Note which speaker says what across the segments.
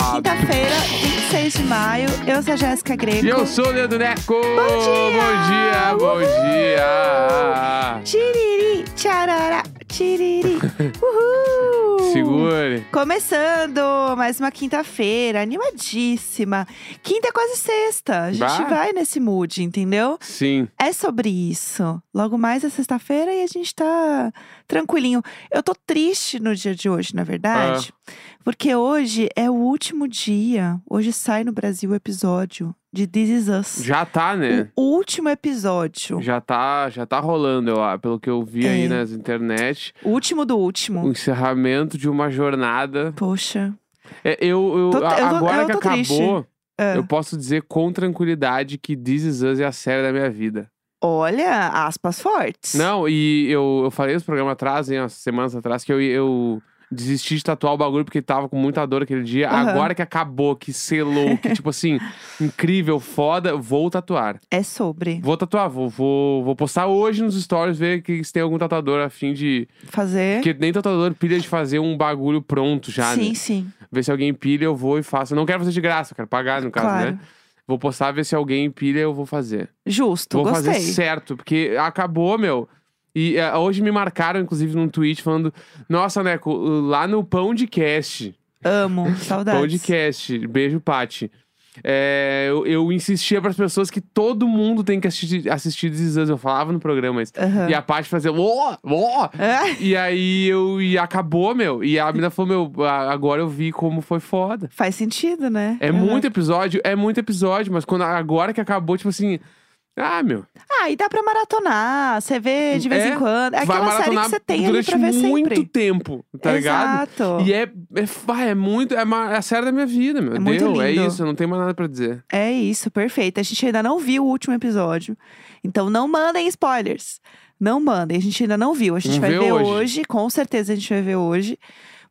Speaker 1: um é 23 de maio. Eu sou a Jéssica Greco.
Speaker 2: E eu sou o Leandro Neco. Bom
Speaker 1: dia!
Speaker 2: Bom dia, bom dia.
Speaker 1: Tiriri, tcharará, tiriri. Uhul!
Speaker 2: Segure.
Speaker 1: Começando mais uma quinta-feira, animadíssima. Quinta é quase sexta. A gente
Speaker 2: Bah.
Speaker 1: vai nesse mood, entendeu?
Speaker 2: Sim.
Speaker 1: É sobre isso. Logo mais é sexta-feira e a gente tá tranquilinho. Eu tô triste no dia de hoje, na verdade.
Speaker 2: Ah.
Speaker 1: Porque hoje é o último dia. Hoje sai no Brasil o episódio de This Is Us.
Speaker 2: Já tá, né?
Speaker 1: O último episódio.
Speaker 2: Já tá, já tá rolando, eu, a- pelo que eu vi
Speaker 1: É.
Speaker 2: aí nas internet.
Speaker 1: O último do
Speaker 2: O
Speaker 1: último.
Speaker 2: encerramento de uma jornada.
Speaker 1: Poxa.
Speaker 2: É, eu, eu,
Speaker 1: Tô- eu tô-
Speaker 2: a- agora
Speaker 1: eu
Speaker 2: que
Speaker 1: tô triste.
Speaker 2: acabou,
Speaker 1: Ah,
Speaker 2: eu posso dizer com tranquilidade que This Is Us é a série da minha vida.
Speaker 1: Olha, aspas fortes.
Speaker 2: Não, e eu, eu falei esse programa atrás, hein, umas semanas atrás, que eu, eu desisti de tatuar o bagulho porque tava com muita dor aquele dia.
Speaker 1: Aham.
Speaker 2: Agora que acabou, que selou, que tipo assim, incrível, foda, vou tatuar.
Speaker 1: É sobre
Speaker 2: Vou tatuar, vou, vou, vou postar hoje nos stories, ver que se tem algum tatuador a fim de.
Speaker 1: É. fazer.
Speaker 2: Porque nem tatuador pilha de fazer um bagulho pronto já,
Speaker 1: sim,
Speaker 2: né?
Speaker 1: sim.
Speaker 2: Ver se alguém pilha, eu vou e faço. Eu não quero fazer de graça, eu quero pagar, no caso,
Speaker 1: claro.
Speaker 2: né? Vou postar, ver se alguém pilha, eu vou fazer.
Speaker 1: Justo,
Speaker 2: Vou
Speaker 1: gostei.
Speaker 2: fazer certo, porque acabou, meu. E eh, hoje me marcaram, inclusive, num tweet falando: Nossa, Neco, lá no Pão de Cast.
Speaker 1: Amo, saudades.
Speaker 2: Pão de Cast, beijo, Pati. eh, eu, eu insistia pras pessoas que todo mundo tem que assistir, assistir This Is Us. Eu falava no programa isso.
Speaker 1: Aham.
Speaker 2: E a Paty fazia, ó, ó.
Speaker 1: É,
Speaker 2: E aí eu. E acabou, meu. E a menina falou, meu, a- agora eu vi como foi foda.
Speaker 1: Faz sentido, né?
Speaker 2: É
Speaker 1: Aham.
Speaker 2: muito episódio, é muito episódio, mas quando, agora que acabou, tipo assim. Ah, meu.
Speaker 1: Ah, e dá pra maratonar. Você vê de vez
Speaker 2: É,
Speaker 1: em quando. É
Speaker 2: vai
Speaker 1: aquela série
Speaker 2: maratonar
Speaker 1: que você tem ali
Speaker 2: durante
Speaker 1: pra ver
Speaker 2: muito
Speaker 1: sempre.
Speaker 2: tempo, tá ligado?
Speaker 1: Exato.
Speaker 2: E é, é, vai, é muito. É, uma- é a série da minha vida, meu.
Speaker 1: É muito
Speaker 2: Deu, é
Speaker 1: lindo.
Speaker 2: isso. Eu não tenho mais nada pra dizer.
Speaker 1: É isso, perfeito. A gente ainda não viu o último episódio. Então não mandem spoilers. Não mandem, a gente ainda não viu. A gente
Speaker 2: Vamos
Speaker 1: vai
Speaker 2: ver
Speaker 1: ver
Speaker 2: hoje.
Speaker 1: com certeza a gente vai ver hoje.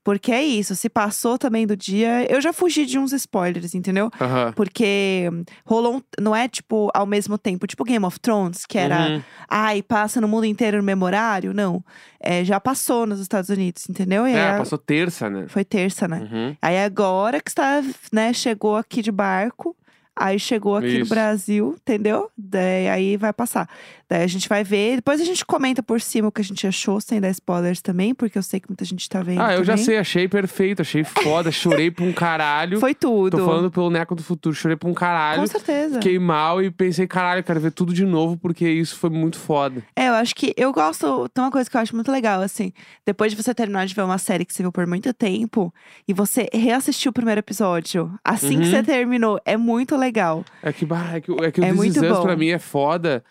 Speaker 1: Porque é isso, se passou também do dia. Eu já fugi de uns spoilers, entendeu?
Speaker 2: Aham.
Speaker 1: Porque rolou, um, não é tipo ao mesmo tempo, tipo Game of Thrones, que era,
Speaker 2: Uhum.
Speaker 1: ai, passa no mundo inteiro no memorário. Não, é, já passou nos Estados Unidos, entendeu? E
Speaker 2: É,
Speaker 1: aí,
Speaker 2: passou terça, né?
Speaker 1: Foi terça, né?
Speaker 2: Uhum.
Speaker 1: Aí agora que está, né, chegou aqui de barco, aí chegou aqui no
Speaker 2: Isso.
Speaker 1: Brasil, entendeu? Daí aí vai passar. Daí a gente vai ver, depois a gente comenta por cima o que a gente achou, sem dar spoilers também, porque eu sei que muita gente tá vendo.
Speaker 2: Ah, eu já
Speaker 1: também.
Speaker 2: sei, achei perfeito, achei foda, chorei pra um caralho.
Speaker 1: Foi tudo.
Speaker 2: Tô falando pelo Neco do Futuro, chorei pra um
Speaker 1: Com
Speaker 2: caralho.
Speaker 1: certeza.
Speaker 2: Fiquei mal e pensei, caralho, quero ver tudo de novo, porque isso foi muito foda.
Speaker 1: É, eu acho que eu gosto. Tem uma coisa que eu acho muito legal, assim. Depois de você terminar de ver uma série que você viu por muito tempo e você reassistir o primeiro episódio assim que
Speaker 2: Uhum.
Speaker 1: você terminou, é muito legal.
Speaker 2: É que, bah, é que, o- é que o
Speaker 1: É
Speaker 2: This Is
Speaker 1: muito
Speaker 2: Us
Speaker 1: bom.
Speaker 2: pra mim é foda,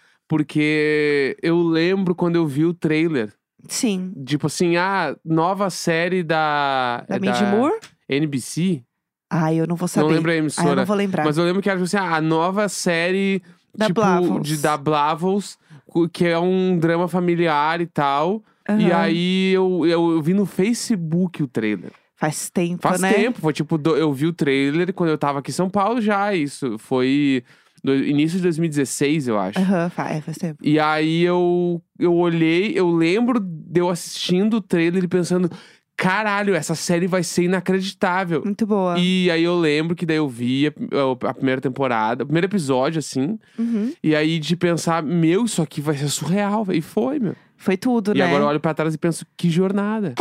Speaker 2: porque eu lembro quando eu vi o trailer.
Speaker 1: Sim.
Speaker 2: Tipo assim, a nova série da.
Speaker 1: Da
Speaker 2: é
Speaker 1: Mandy Moore?
Speaker 2: NBC?
Speaker 1: Ai, eu não vou saber.
Speaker 2: Não lembro a
Speaker 1: Ah, eu
Speaker 2: emissora.
Speaker 1: não vou lembrar.
Speaker 2: mas eu lembro que era tipo assim, a nova série
Speaker 1: Da
Speaker 2: tipo,
Speaker 1: Blavels.
Speaker 2: de, da Blavels, cu- que é um drama familiar e tal. E
Speaker 1: Aham.
Speaker 2: aí eu, eu, eu vi no Facebook o trailer.
Speaker 1: Faz tempo,
Speaker 2: Faz
Speaker 1: né?
Speaker 2: tempo, foi tipo, do- eu vi o trailer quando eu tava aqui em São Paulo já, isso. Foi do, início de 2016, eu acho.
Speaker 1: Aham, é, faz, faz tempo.
Speaker 2: E aí eu, eu olhei, eu lembro de eu assistindo o trailer e pensando, caralho, essa série vai ser inacreditável.
Speaker 1: Muito boa.
Speaker 2: E aí eu lembro que daí eu vi a, a primeira temporada, o primeiro episódio, assim,
Speaker 1: Uhum.
Speaker 2: e aí de pensar, meu, isso aqui vai ser surreal. E foi, meu.
Speaker 1: Foi tudo,
Speaker 2: e
Speaker 1: né?
Speaker 2: agora eu olho pra trás e penso, que jornada.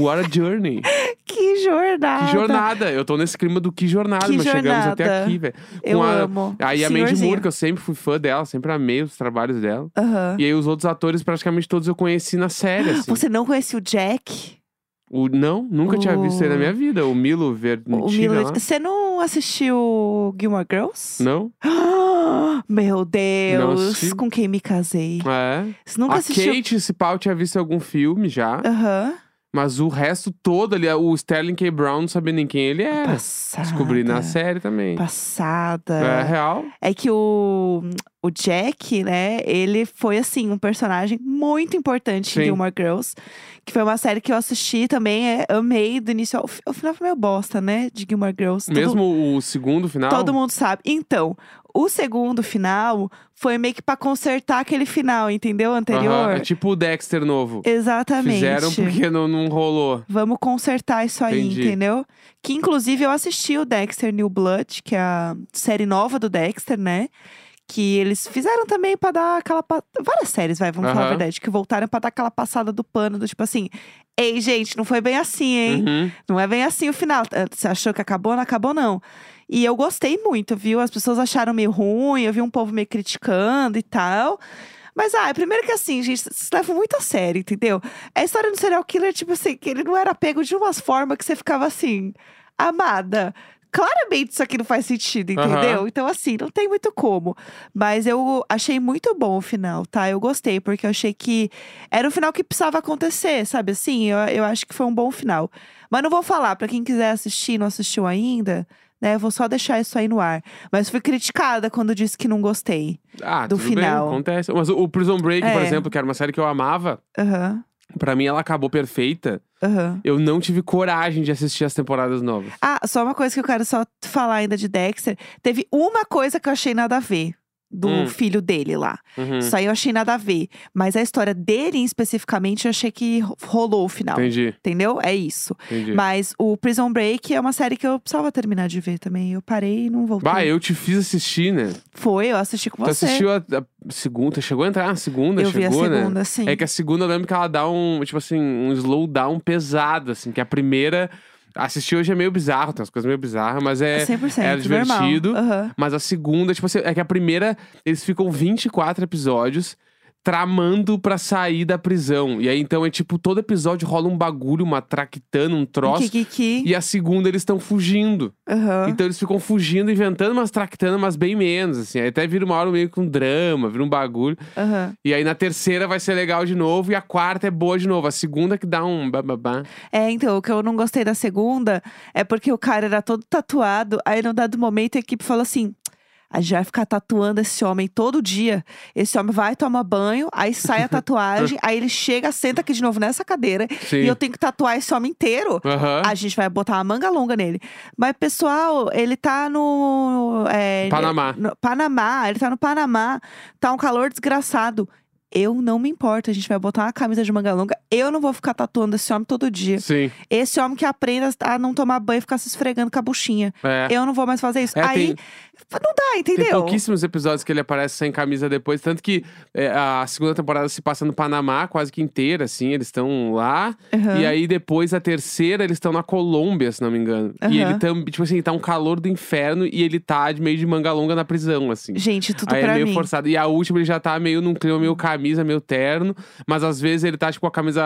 Speaker 2: What a journey.
Speaker 1: Que jornada!
Speaker 2: Que jornada. Eu tô nesse clima do que jornada,
Speaker 1: Ah, tá. Que
Speaker 2: mas chegamos
Speaker 1: jornada.
Speaker 2: até aqui, velho.
Speaker 1: Eu
Speaker 2: Com a-
Speaker 1: amo.
Speaker 2: Aí a Mandy
Speaker 1: Senhorzinho.
Speaker 2: Moore, que eu sempre fui fã dela, sempre amei os trabalhos dela.
Speaker 1: Aham.
Speaker 2: E aí os outros atores, praticamente todos eu conheci na série, assim.
Speaker 1: Você não conhecia o Jack?
Speaker 2: O, não, nunca tinha
Speaker 1: O-
Speaker 2: visto ele na minha vida. O Milo
Speaker 1: o
Speaker 2: Vernitina
Speaker 1: Milo...
Speaker 2: lá.
Speaker 1: Você não assistiu Gilmore Girls?
Speaker 2: Não?
Speaker 1: Ah, Meu Deus!
Speaker 2: assisti.
Speaker 1: Com quem me casei?
Speaker 2: É.
Speaker 1: Você nunca
Speaker 2: a
Speaker 1: assistiu?
Speaker 2: Kate Cipal tinha visto algum filme já.
Speaker 1: Aham.
Speaker 2: Mas o resto todo ali, o Sterling K. Brown não sabia nem quem ele era.
Speaker 1: Passada.
Speaker 2: Descobri na série também.
Speaker 1: Passada.
Speaker 2: É real.
Speaker 1: É que o, o Jack, né, ele foi, assim, um personagem muito importante
Speaker 2: Sim.
Speaker 1: em Gilmore Girls. Que foi uma série que eu assisti também, é, amei do início ao... fi- O final foi meio bosta, né, de Gilmore Girls. Todo-
Speaker 2: Mesmo o segundo final.
Speaker 1: Todo mundo sabe. Então, o segundo final foi meio que pra consertar aquele final, entendeu? Anterior.
Speaker 2: Aham, É tipo o Dexter novo.
Speaker 1: Exatamente.
Speaker 2: Fizeram porque não, não rolou.
Speaker 1: Vamos consertar isso aí,
Speaker 2: Entendi.
Speaker 1: entendeu? Que inclusive eu assisti o Dexter New Blood, que é a série nova do Dexter, né? Que eles fizeram também pra dar aquela. pa- Várias séries, vai, vamos falar a
Speaker 2: Aham.
Speaker 1: verdade, que voltaram pra dar aquela passada do pano, do tipo assim. Ei, gente, não foi bem assim, hein?
Speaker 2: Uhum.
Speaker 1: Não é bem assim o final. Eh, Você achou que acabou? Não acabou, não. E eu gostei muito, viu? As pessoas acharam meio ruim, eu vi um povo meio criticando e tal. Mas, ah, primeiro que assim, gente, vocês levam muito a sério, entendeu? A história do serial killer, tipo assim, que ele não era pego de uma forma que você ficava assim, amada. Claramente isso aqui não faz sentido,
Speaker 2: Aham.
Speaker 1: entendeu? Então, assim, não tem muito como. Mas eu achei muito bom o final, tá? Eu gostei, porque eu achei que era um final que precisava acontecer, sabe? Assim, eu, eu acho que foi um bom final. Mas não vou falar, pra quem quiser assistir e não assistiu ainda, né? eu Vou só deixar isso aí no ar. Mas fui criticada quando disse que não gostei.
Speaker 2: Ah,
Speaker 1: Do
Speaker 2: tudo
Speaker 1: final.
Speaker 2: bem, acontece. Mas o o Prison Break, por
Speaker 1: É.
Speaker 2: exemplo, que era uma série que eu amava,
Speaker 1: Aham,
Speaker 2: pra mim ela acabou perfeita.
Speaker 1: aham.
Speaker 2: Eu não tive coragem de assistir as temporadas novas.
Speaker 1: Ah, só uma coisa que eu quero só falar ainda de Dexter. Teve uma coisa que eu achei nada a ver. Do
Speaker 2: Hum.
Speaker 1: filho dele lá.
Speaker 2: Uhum.
Speaker 1: Isso aí eu achei nada a ver. Mas a história dele, especificamente, eu achei que ro- rolou o final.
Speaker 2: Entendi,
Speaker 1: Entendeu? É isso.
Speaker 2: entendi.
Speaker 1: Mas o Prison Break é uma série que eu precisava terminar de ver também. Eu parei e não voltei.
Speaker 2: Bah, eu te fiz assistir, né?
Speaker 1: Foi, eu assisti com
Speaker 2: Tu
Speaker 1: você.
Speaker 2: assistiu a, a segunda, chegou a entrar na segunda,
Speaker 1: eu vi a
Speaker 2: chegou,
Speaker 1: segunda,
Speaker 2: né?
Speaker 1: sim.
Speaker 2: É que a segunda eu lembro que ela dá um, tipo assim, um slowdown pesado, assim, que a primeira. Assistir hoje é meio bizarro, tem umas coisas meio bizarras, mas é.
Speaker 1: 100%,
Speaker 2: era
Speaker 1: normal.
Speaker 2: divertido.
Speaker 1: Aham.
Speaker 2: Mas a segunda, tipo assim, é que a primeira, eles ficam 24 episódios tramando pra sair da prisão. E aí então é tipo, todo episódio rola um bagulho, uma traquitana, um troço.
Speaker 1: Que, que, que.
Speaker 2: E a segunda eles estão fugindo.
Speaker 1: Aham.
Speaker 2: Então eles ficam fugindo, inventando umas tractanas, mas bem menos, assim. Aí até vira uma hora meio que um drama, vira um bagulho.
Speaker 1: Aham.
Speaker 2: E aí na terceira vai ser legal de novo, e a quarta é boa de novo. A segunda que dá um bababá.
Speaker 1: É, então, o que eu não gostei da segunda é porque o cara era todo tatuado, aí num dado momento a equipe falou assim. A gente vai ficar tatuando esse homem todo dia. Esse homem vai tomar banho, aí sai a tatuagem, aí ele chega, senta aqui de novo nessa cadeira
Speaker 2: Sim. Ah.
Speaker 1: e eu tenho que tatuar esse homem inteiro.
Speaker 2: Aham.
Speaker 1: A gente vai botar uma manga longa nele. Mas, pessoal, ele tá no. é,
Speaker 2: Panamá.
Speaker 1: no- Panamá, ele tá no Panamá. Tá um calor desgraçado. Eu não me importo, a gente vai botar uma camisa de manga longa. Eu não vou ficar tatuando esse homem todo dia.
Speaker 2: Sim.
Speaker 1: Esse homem que aprenda a não tomar banho e ficar se esfregando com a buchinha.
Speaker 2: É.
Speaker 1: Eu não vou mais fazer isso.
Speaker 2: É,
Speaker 1: Aí,
Speaker 2: tem-
Speaker 1: não dá, entendeu?
Speaker 2: Tem pouquíssimos episódios que ele aparece sem camisa depois. Tanto que é, a segunda temporada se passa no Panamá, quase que inteira, assim. Eles estão lá.
Speaker 1: Aham.
Speaker 2: E aí depois, a terceira, eles estão na Colômbia, se não me engano. E
Speaker 1: Aham.
Speaker 2: ele também, tipo assim, tá um calor do inferno e ele tá de meio de manga longa na prisão, assim.
Speaker 1: Gente, tudo
Speaker 2: Aí é
Speaker 1: pra
Speaker 2: meio
Speaker 1: mim.
Speaker 2: forçado. E a última ele já tá meio num clima, meio camisa, meio terno. Mas às vezes ele tá, tipo, com a camisa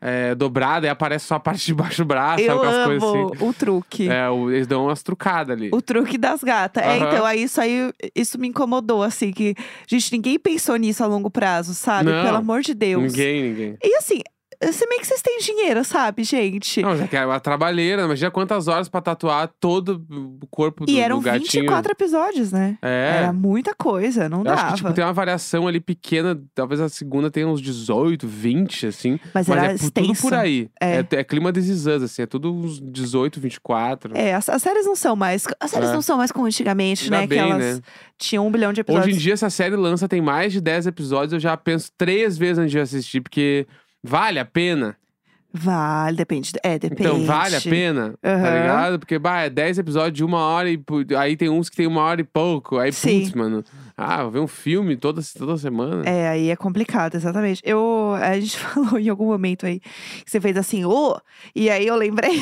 Speaker 2: é, dobrada e aparece só a parte de baixo do braço,
Speaker 1: Eu
Speaker 2: sabe? Aquelas coisas
Speaker 1: amo
Speaker 2: assim.
Speaker 1: o truque.
Speaker 2: É, o- eles dão umas trucadas ali.
Speaker 1: O truque das gatas. É,
Speaker 2: Aham.
Speaker 1: então, aí isso aí, isso me incomodou, assim, que, gente, ninguém pensou nisso a longo prazo, sabe?
Speaker 2: Não.
Speaker 1: Pelo amor de Deus.
Speaker 2: Ninguém, ninguém.
Speaker 1: E assim, se meio que vocês têm dinheiro, sabe, gente?
Speaker 2: Não, já que é uma trabalheira. Imagina quantas horas pra tatuar todo o corpo do,
Speaker 1: e eram
Speaker 2: do gatinho.
Speaker 1: 24 episódios, né?
Speaker 2: É.
Speaker 1: Era muita coisa, não
Speaker 2: Eu
Speaker 1: dava.
Speaker 2: acho que tipo, tem uma variação ali pequena, talvez a segunda tenha uns 18, 20, assim.
Speaker 1: Mas
Speaker 2: mas
Speaker 1: era
Speaker 2: é por- tudo
Speaker 1: extenso.
Speaker 2: por aí.
Speaker 1: É.
Speaker 2: é clima desses anos, assim. É tudo uns 18, 24.
Speaker 1: É, as, as séries não são mais. As séries
Speaker 2: É.
Speaker 1: não são mais como antigamente,
Speaker 2: Ainda
Speaker 1: né?
Speaker 2: bem,
Speaker 1: que
Speaker 2: né?
Speaker 1: elas tinham um bilhão de
Speaker 2: Hoje
Speaker 1: episódios.
Speaker 2: em dia, se a série lança, tem mais de 10 episódios, eu já penso três vezes antes de assistir, porque vale a pena.
Speaker 1: Vale, depende. É, depende.
Speaker 2: Então, vale a pena, tá
Speaker 1: Aham.
Speaker 2: ligado? Porque, bah, é 10 episódios de uma hora e... pu- Aí tem uns que tem uma hora e pouco. Aí,
Speaker 1: Sim.
Speaker 2: putz, mano. Ah, vou ver um filme toda, toda semana.
Speaker 1: É, aí é complicado, exatamente. Eu, a gente falou em algum momento aí que você fez assim, ô, e aí eu lembrei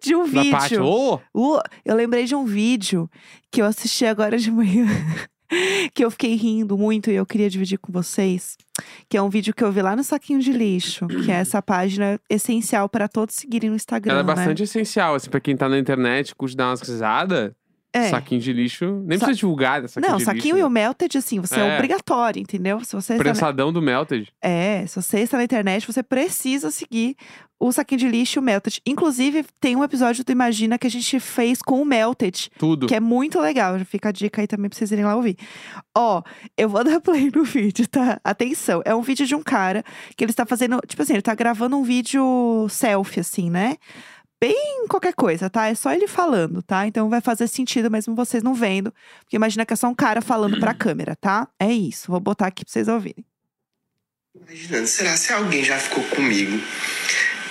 Speaker 1: de um
Speaker 2: da parte,
Speaker 1: vídeo.
Speaker 2: ô,
Speaker 1: Ô, eu lembrei de um vídeo que eu assisti agora de manhã, que eu fiquei rindo muito e eu queria dividir com vocês, que é um vídeo que eu vi lá no Saquinho de Lixo, que é essa página essencial para todos seguirem no Instagram.
Speaker 2: ela é
Speaker 1: né?
Speaker 2: bastante essencial, assim, pra quem tá na internet, curte dar umas risadas.
Speaker 1: É.
Speaker 2: Saquinho de lixo. Nem
Speaker 1: Sa-
Speaker 2: precisa divulgar essa
Speaker 1: não,
Speaker 2: de
Speaker 1: saquinho e né,
Speaker 2: lixo. né?
Speaker 1: o melted, assim, você é,
Speaker 2: É.
Speaker 1: obrigatório, entendeu? Se você, está na...
Speaker 2: Prensadão do Melted.
Speaker 1: é, se você está na internet, você precisa seguir o saquinho de lixo e o melted. Inclusive, tem um episódio do Imagina que a gente fez com o melted,
Speaker 2: Tudo.
Speaker 1: que é muito legal. Já fica a dica aí também pra vocês irem lá ouvir. Ó, eu vou dar play no vídeo, tá? Atenção, é um vídeo de um cara que ele está fazendo, tipo assim, ele tá gravando um vídeo selfie, assim, né? Bem qualquer coisa, tá? É só ele falando, tá? Então vai fazer sentido mesmo vocês não vendo. Porque imagina que é só um cara falando pra câmera, tá? É isso, vou botar aqui pra vocês ouvirem.
Speaker 3: Imaginando, será se alguém já ficou comigo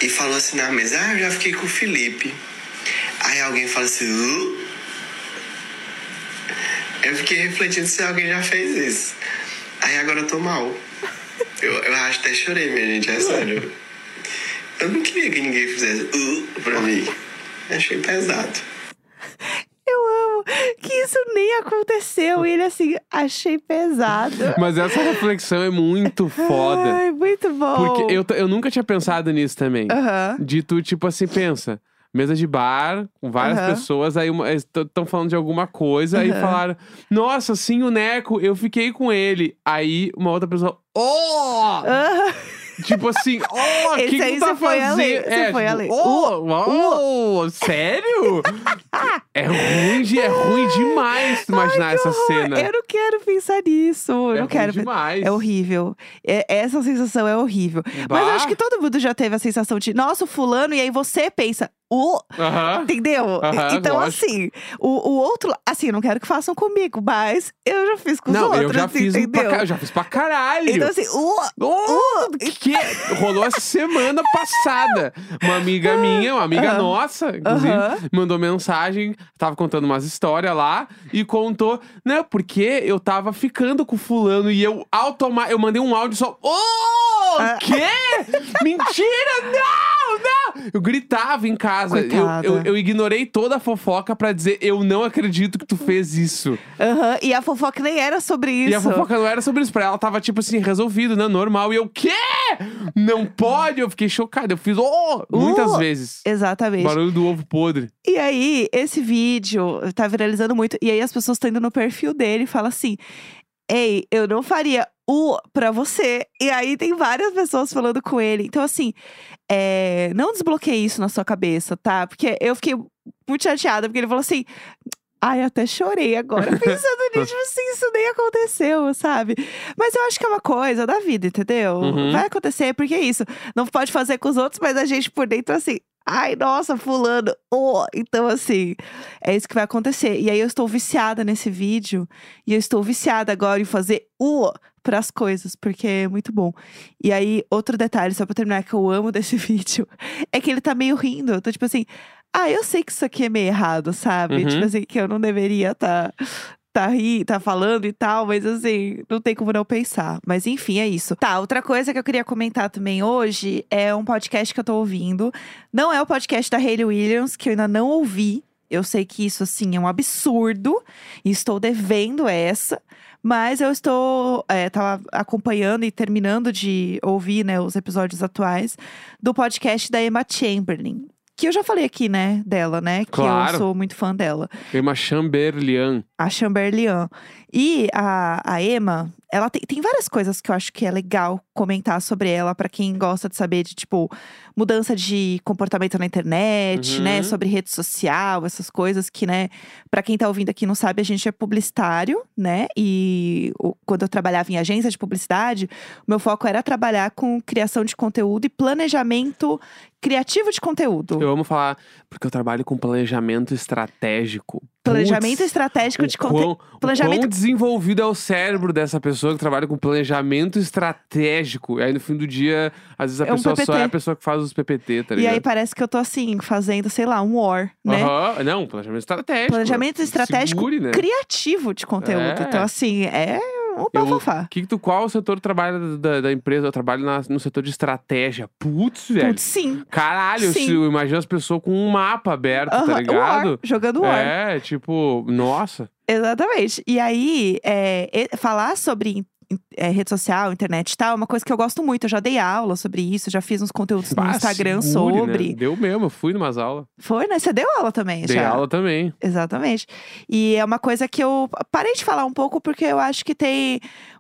Speaker 3: e falou assim na mesa, ah, eu já fiquei com o Felipe. Aí alguém fala assim, "Hã?" eu fiquei refletindo se alguém já fez isso. Aí agora eu tô mal. Eu, eu acho que até chorei, minha gente, é sério. Eu não queria que ninguém fizesse "Hã?" pra mim. Achei pesado.
Speaker 1: Eu amo que isso nem aconteceu. E ele assim, achei pesado.
Speaker 2: Mas essa reflexão é muito foda.
Speaker 1: Ai, muito bom.
Speaker 2: Porque eu, t- eu nunca tinha pensado nisso também.
Speaker 1: Oh. Aham.
Speaker 2: De tu, tipo assim, pensa. Mesa de bar, com várias
Speaker 1: Aham.
Speaker 2: pessoas, aí estão falando de alguma coisa, aí
Speaker 1: Aham.
Speaker 2: falaram, nossa, sim, o Neco, eu fiquei com ele. Aí uma outra pessoa, oh!
Speaker 1: Aham.
Speaker 2: Tipo assim, ó,
Speaker 1: Esse
Speaker 2: quem que
Speaker 1: aí
Speaker 2: tu tá
Speaker 1: você foi
Speaker 2: fazendo?
Speaker 1: além, você
Speaker 2: é,
Speaker 1: foi
Speaker 2: tipo,
Speaker 1: além.
Speaker 2: ó, ó, sério?
Speaker 1: Ah.
Speaker 2: é ruim, de- é ruim demais tu imaginar essa
Speaker 1: horror.
Speaker 2: cena.
Speaker 1: Eu não quero pensar nisso. Eu
Speaker 2: é
Speaker 1: não
Speaker 2: ruim
Speaker 1: quero. pe-
Speaker 2: demais.
Speaker 1: É horrível. É- essa sensação é horrível. Mas eu acho
Speaker 2: Bah.
Speaker 1: que todo mundo já teve a sensação de, nossa, o fulano, e aí você pensa, o.
Speaker 2: Aham.
Speaker 1: Entendeu?
Speaker 2: Ah. Aham,
Speaker 1: então,
Speaker 2: lógico.
Speaker 1: assim, o, o outro. Assim, eu não quero que façam comigo, mas eu já fiz com os
Speaker 2: Não,
Speaker 1: outros.
Speaker 2: eu já fiz, um pra,
Speaker 1: entendeu?
Speaker 2: ca- eu já fiz pra caralho.
Speaker 1: Então, assim, o.
Speaker 2: Oh, que rolou essa semana passada. Uma amiga minha, uma amiga
Speaker 1: Aham.
Speaker 2: nossa, inclusive,
Speaker 1: Aham.
Speaker 2: mandou mensagem, tava contando umas histórias lá e contou, né, porque eu tava ficando com fulano e eu automa eu mandei um áudio só, oh,
Speaker 1: Ah.
Speaker 2: que? Mentira, não, não! Eu gritava em casa, eu,
Speaker 1: Coitada.
Speaker 2: eu, eu ignorei toda a fofoca pra dizer, eu não acredito que tu fez isso.
Speaker 1: aham, E a fofoca nem era sobre isso.
Speaker 2: E a fofoca não era sobre isso pra ela, tava tipo assim, resolvido, né? Normal. E eu, quê? Não pode? Eu fiquei chocado. Eu fiz, oh! Muitas
Speaker 1: Uh!
Speaker 2: vezes.
Speaker 1: Exatamente.
Speaker 2: Barulho do ovo podre.
Speaker 1: E aí, esse vídeo tá viralizando muito. E aí, as pessoas estão indo no perfil dele e falam assim: Ei, eu não faria o pra você. E aí, tem várias pessoas falando com ele. Então, assim, é, não desbloqueie isso na sua cabeça, tá? Porque eu fiquei muito chateada, porque ele falou assim. Ai, até chorei agora pensando nisso. Tipo assim, isso nem aconteceu, sabe? Mas eu acho que é uma coisa da vida, entendeu?
Speaker 2: Uhum.
Speaker 1: Vai acontecer, porque é isso. Não pode fazer com os outros, mas a gente por dentro, assim. Ai, nossa, fulano. Oh. Então, assim, é isso que vai acontecer. E aí eu estou viciada nesse vídeo. E eu estou viciada agora em fazer o para as coisas, porque é muito bom. E aí, outro detalhe, só pra terminar, que eu amo desse vídeo, é que ele tá meio rindo. Eu tô tipo assim, ah, eu sei que isso aqui é meio errado, sabe?
Speaker 2: Uhum.
Speaker 1: Tipo assim, que eu não deveria tá, tá ri, tá falando e tal, mas assim, não tem como não pensar. Mas enfim, é isso. Tá, outra coisa que eu queria comentar também hoje é um podcast que eu tô ouvindo. Não é o podcast da Hayley Williams, que eu ainda não ouvi. Eu sei que isso, assim, é um absurdo. E estou devendo essa. Mas eu estou. É, tava acompanhando e terminando de ouvir, né, os episódios atuais do podcast da Emma Chamberlain. Que eu já falei aqui, né, dela, né? Que
Speaker 2: Claro.
Speaker 1: eu sou muito fã dela.
Speaker 2: Emma Chamberlain.
Speaker 1: A Chamberlain. E a, a Emma, ela tem, tem várias coisas que eu acho que é legal comentar sobre ela, pra quem gosta de saber de, tipo, mudança de comportamento na internet,
Speaker 2: Uhum.
Speaker 1: né? Sobre rede social, essas coisas que, né? Pra quem tá ouvindo aqui e não sabe, a gente é publicitário, né? E o- quando eu trabalhava em agência de publicidade, o meu foco era trabalhar com criação de conteúdo e planejamento criativo de conteúdo.
Speaker 2: Eu amo falar, porque eu trabalho com planejamento estratégico.
Speaker 1: Planejamento
Speaker 2: Putz,
Speaker 1: estratégico de conteúdo.
Speaker 2: O quão, o
Speaker 1: planejamento-
Speaker 2: quão desenvolvido é o cérebro dessa pessoa que trabalha com planejamento estratégico. E aí, no fim do dia, às vezes a
Speaker 1: É um
Speaker 2: pessoa só
Speaker 1: PPT.
Speaker 2: é a pessoa que faz os PPT, tá
Speaker 1: E
Speaker 2: ligado?
Speaker 1: aí parece que eu tô assim, fazendo, sei lá, um war, né?
Speaker 2: Aham. Não, planejamento estratégico.
Speaker 1: Planejamento estratégico
Speaker 2: Segure, né?
Speaker 1: criativo de conteúdo.
Speaker 2: É.
Speaker 1: Então, assim, é um
Speaker 2: Eu-
Speaker 1: bafafá.
Speaker 2: Que que tu, qual o setor trabalha da- da, da empresa? Eu trabalho na- no setor de estratégia. Putz, velho.
Speaker 1: Putz, sim.
Speaker 2: Caralho,
Speaker 1: sim.
Speaker 2: se- eu imagino as pessoas com um mapa aberto,
Speaker 1: Aham,
Speaker 2: tá
Speaker 1: War,
Speaker 2: ligado?
Speaker 1: jogando War.
Speaker 2: é, tipo, nossa.
Speaker 1: Exatamente. E aí, é, e- falar sobre in- é, rede social, internet e tal, é uma coisa que eu gosto muito. Eu já dei aula sobre isso, já fiz uns conteúdos no
Speaker 2: Bah,
Speaker 1: Instagram
Speaker 2: segure, né?
Speaker 1: sobre.
Speaker 2: Deu mesmo, eu fui numas aulas.
Speaker 1: Foi, né? Você deu aula também,
Speaker 2: Dei
Speaker 1: já.
Speaker 2: aula também.
Speaker 1: Exatamente. E é uma coisa que eu parei de falar um pouco porque eu acho que tem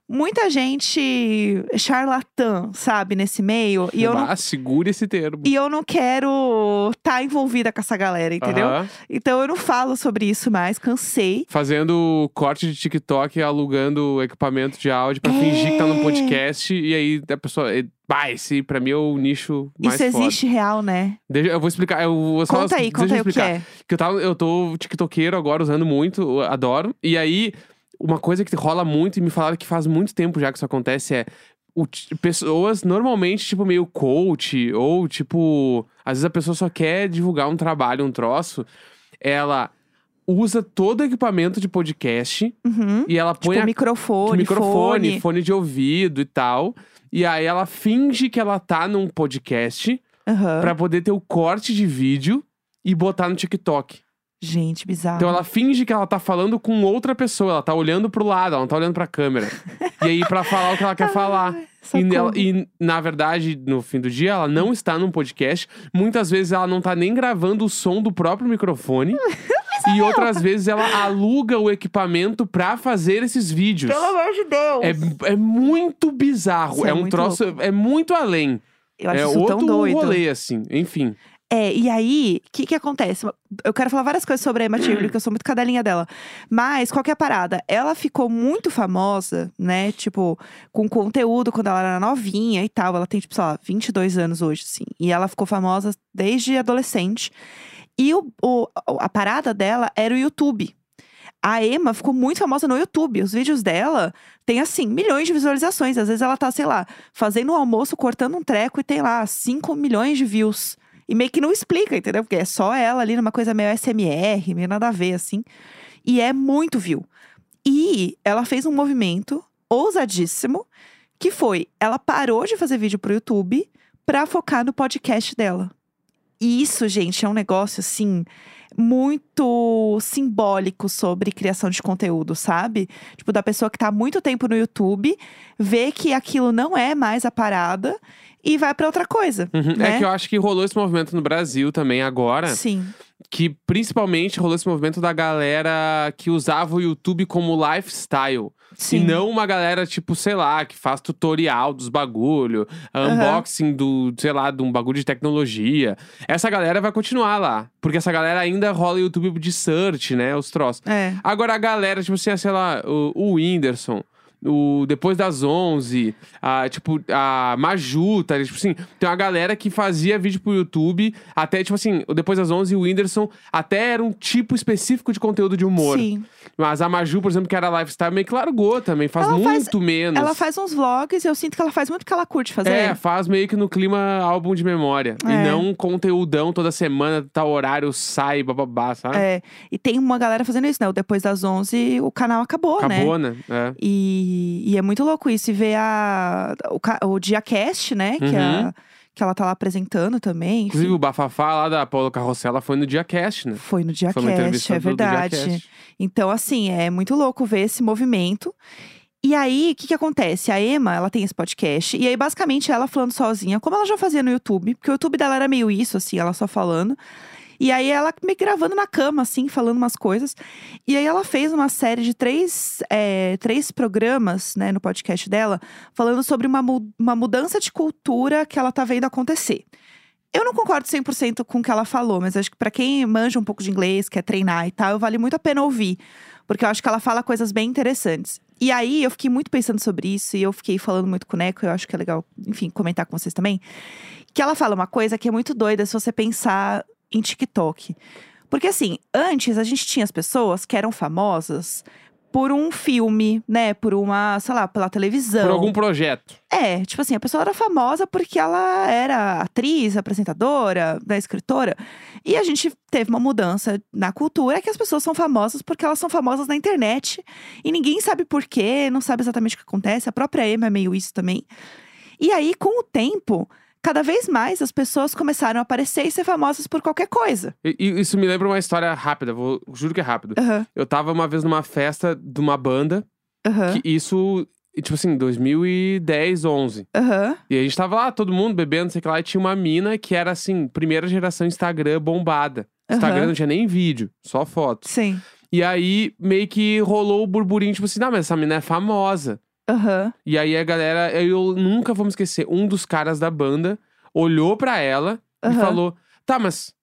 Speaker 1: muita gente charlatã, sabe, nesse meio. E eu não,
Speaker 2: Ah, segure esse termo.
Speaker 1: e eu não quero estar envolvida com essa galera, entendeu?
Speaker 2: Aham.
Speaker 1: Então eu não falo sobre isso mais, cansei.
Speaker 2: Fazendo corte de TikTok, e alugando equipamento de áudio pra
Speaker 1: É.
Speaker 2: fingir que tá num podcast. E aí a pessoa. e- Bah, esse pra mim é o nicho mais
Speaker 1: isso
Speaker 2: foda.
Speaker 1: existe real, né?
Speaker 2: Deixa- eu vou explicar. Eu vou só,
Speaker 1: conta aí,
Speaker 2: deixa eu
Speaker 1: conta aí o que
Speaker 2: explicar.
Speaker 1: é.
Speaker 2: Que eu, tava, eu tô tiktokeiro agora, usando muito, eu adoro. E aí, uma coisa que rola muito, e me falaram que faz muito tempo já que isso acontece, é o ti- pessoas normalmente, tipo, meio coach, ou tipo, às vezes a pessoa só quer divulgar um trabalho, um troço, ela usa todo o equipamento de podcast
Speaker 1: Uhum.
Speaker 2: e ela põe
Speaker 1: Tipo,
Speaker 2: a
Speaker 1: microfone,
Speaker 2: microfone,
Speaker 1: fone.
Speaker 2: de ouvido e tal. E aí ela finge que ela tá num podcast
Speaker 1: Aham.
Speaker 2: pra poder ter o corte de vídeo e botar no TikTok.
Speaker 1: Gente, bizarro.
Speaker 2: Então ela finge que ela tá falando com outra pessoa, ela tá olhando pro lado, ela não tá olhando pra câmera. e aí, pra falar o que ela quer falar. E,
Speaker 1: Ah, Socorro.
Speaker 2: nela- e, na verdade, no fim do dia, ela não está num podcast. Muitas vezes ela não tá nem gravando o som do próprio microfone.
Speaker 1: é
Speaker 2: e outras vezes ela aluga o equipamento pra fazer esses vídeos.
Speaker 1: Pelo amor de Deus!
Speaker 2: É, é muito bizarro.
Speaker 1: Isso é
Speaker 2: é um
Speaker 1: muito
Speaker 2: troço. É muito além.
Speaker 1: eu acho
Speaker 2: é
Speaker 1: isso
Speaker 2: outro
Speaker 1: tão doido.
Speaker 2: rolê, assim. Enfim.
Speaker 1: É, e aí, o que que acontece? Eu quero falar várias coisas sobre a Emma Chamberlain, que eu sou muito cadelinha dela. Mas, qual que é a parada? Ela ficou muito famosa, né? Tipo, com conteúdo quando ela era novinha e tal. Ela tem, tipo, sei lá, 22 anos hoje, assim. E ela ficou famosa desde adolescente. E o- o- a parada dela era o YouTube. A Emma ficou muito famosa no YouTube. Os vídeos dela têm, assim, milhões de visualizações. Às vezes ela tá, sei lá, fazendo um almoço, cortando um treco e tem lá 5 milhões de views. E meio que não explica, entendeu? Porque é só ela ali numa coisa meio SMR, meio nada a ver, assim. E é muito view. E ela fez um movimento ousadíssimo, que foi: ela parou de fazer vídeo pro YouTube pra focar no podcast dela. E isso, gente, é um negócio, assim, muito simbólico sobre criação de conteúdo, sabe? Tipo, da pessoa que tá há muito tempo no YouTube, vê que aquilo não é mais a parada e vai pra outra coisa.
Speaker 2: Uhum.
Speaker 1: né?
Speaker 2: É que eu acho que rolou esse movimento no Brasil também agora.
Speaker 1: Sim.
Speaker 2: Que principalmente rolou esse movimento da galera que usava o YouTube como lifestyle.
Speaker 1: Sim.
Speaker 2: E não uma galera, tipo, sei lá, que faz tutorial dos bagulho,
Speaker 1: Aham.
Speaker 2: unboxing do, sei lá, de um bagulho de tecnologia. Essa galera vai continuar lá. Porque essa galera ainda rola YouTube de search, né? Os troços.
Speaker 1: É.
Speaker 2: Agora a galera, tipo assim, sei lá, o, o Whindersson, o Depois das 11, a, tipo, a Maju, tá? Tipo assim, tem uma galera que fazia vídeo pro YouTube, até, tipo assim, o Depois das 11 e o Whindersson até era um tipo específico de conteúdo de humor.
Speaker 1: Sim.
Speaker 2: Mas a Maju, por exemplo, que era lifestyle, meio que largou também, faz
Speaker 1: Ela faz-
Speaker 2: muito menos.
Speaker 1: Ela faz uns vlogs e eu sinto que ela faz muito porque ela curte fazer.
Speaker 2: É, faz meio que no clima álbum de memória.
Speaker 1: É.
Speaker 2: E não um conteúdão toda semana, tal horário, sai, bababá, sabe?
Speaker 1: É, E tem uma galera fazendo isso, né? O Depois das 11, o canal acabou, né?
Speaker 2: Acabou, né? É.
Speaker 1: E, e é muito louco isso. E ver a, o, ca- o DiaCast, né? Que, a- que ela tá lá apresentando também. enfim.
Speaker 2: Uhum. Inclusive, o bafafá lá da Paula Carrossela foi no dia cast, né?
Speaker 1: Foi no
Speaker 2: Foi
Speaker 1: DiaCast,
Speaker 2: uma entrevista
Speaker 1: é
Speaker 2: do- do
Speaker 1: verdade.
Speaker 2: Diacast.
Speaker 1: Então, assim, é muito louco ver esse movimento. E aí, o que, que acontece? A Emma, ela tem esse podcast. E aí, basicamente, ela falando sozinha, como ela já fazia no YouTube, porque o YouTube dela era meio isso, assim, ela só falando. E aí, ela me gravando na cama, assim, falando umas coisas. E aí, ela fez uma série de três, é, três programas, né, no podcast dela, falando sobre uma, mu- uma mudança de cultura que ela tá vendo acontecer. Eu não concordo 100% com o que ela falou, mas acho que pra quem manja um pouco de inglês, quer treinar e tal, vale muito a pena ouvir, porque eu acho que ela fala coisas bem interessantes. E aí eu fiquei muito pensando sobre isso e eu fiquei falando muito com o Neco, eu acho que é legal, enfim, comentar com vocês também, que ela fala uma coisa que é muito doida se você pensar em TikTok. Porque assim, antes a gente tinha as pessoas que eram famosas por um filme, né, por uma, sei lá, pela televisão.
Speaker 2: Por algum projeto.
Speaker 1: É, tipo assim, a pessoa era famosa porque ela era atriz, apresentadora, né, escritora. E a gente teve uma mudança na cultura que as pessoas são famosas porque elas são famosas na internet. E ninguém sabe por quê, não sabe exatamente o que acontece. A própria Emma é meio isso também. E aí, com o tempo, cada vez mais as pessoas começaram a aparecer e ser famosas por qualquer coisa.
Speaker 2: E, e isso me lembra uma história rápida, vou- juro que é rápido.
Speaker 1: Aham,
Speaker 2: Eu tava uma vez numa festa de uma banda,
Speaker 1: aham.
Speaker 2: que isso e, tipo assim, 2010, 11.
Speaker 1: Aham.
Speaker 2: E a gente tava lá, todo mundo bebendo, não sei o que lá, e tinha uma mina que era assim, primeira geração Instagram bombada. Instagram
Speaker 1: Aham.
Speaker 2: não tinha nem vídeo, só foto.
Speaker 1: Sim.
Speaker 2: E aí meio que rolou o burburinho, tipo assim, não, mas essa mina é famosa.
Speaker 1: Aham.
Speaker 2: E aí a galera, eu nunca vou me esquecer, um dos caras da banda olhou pra ela e
Speaker 1: Aham.
Speaker 2: falou: Tá, mas o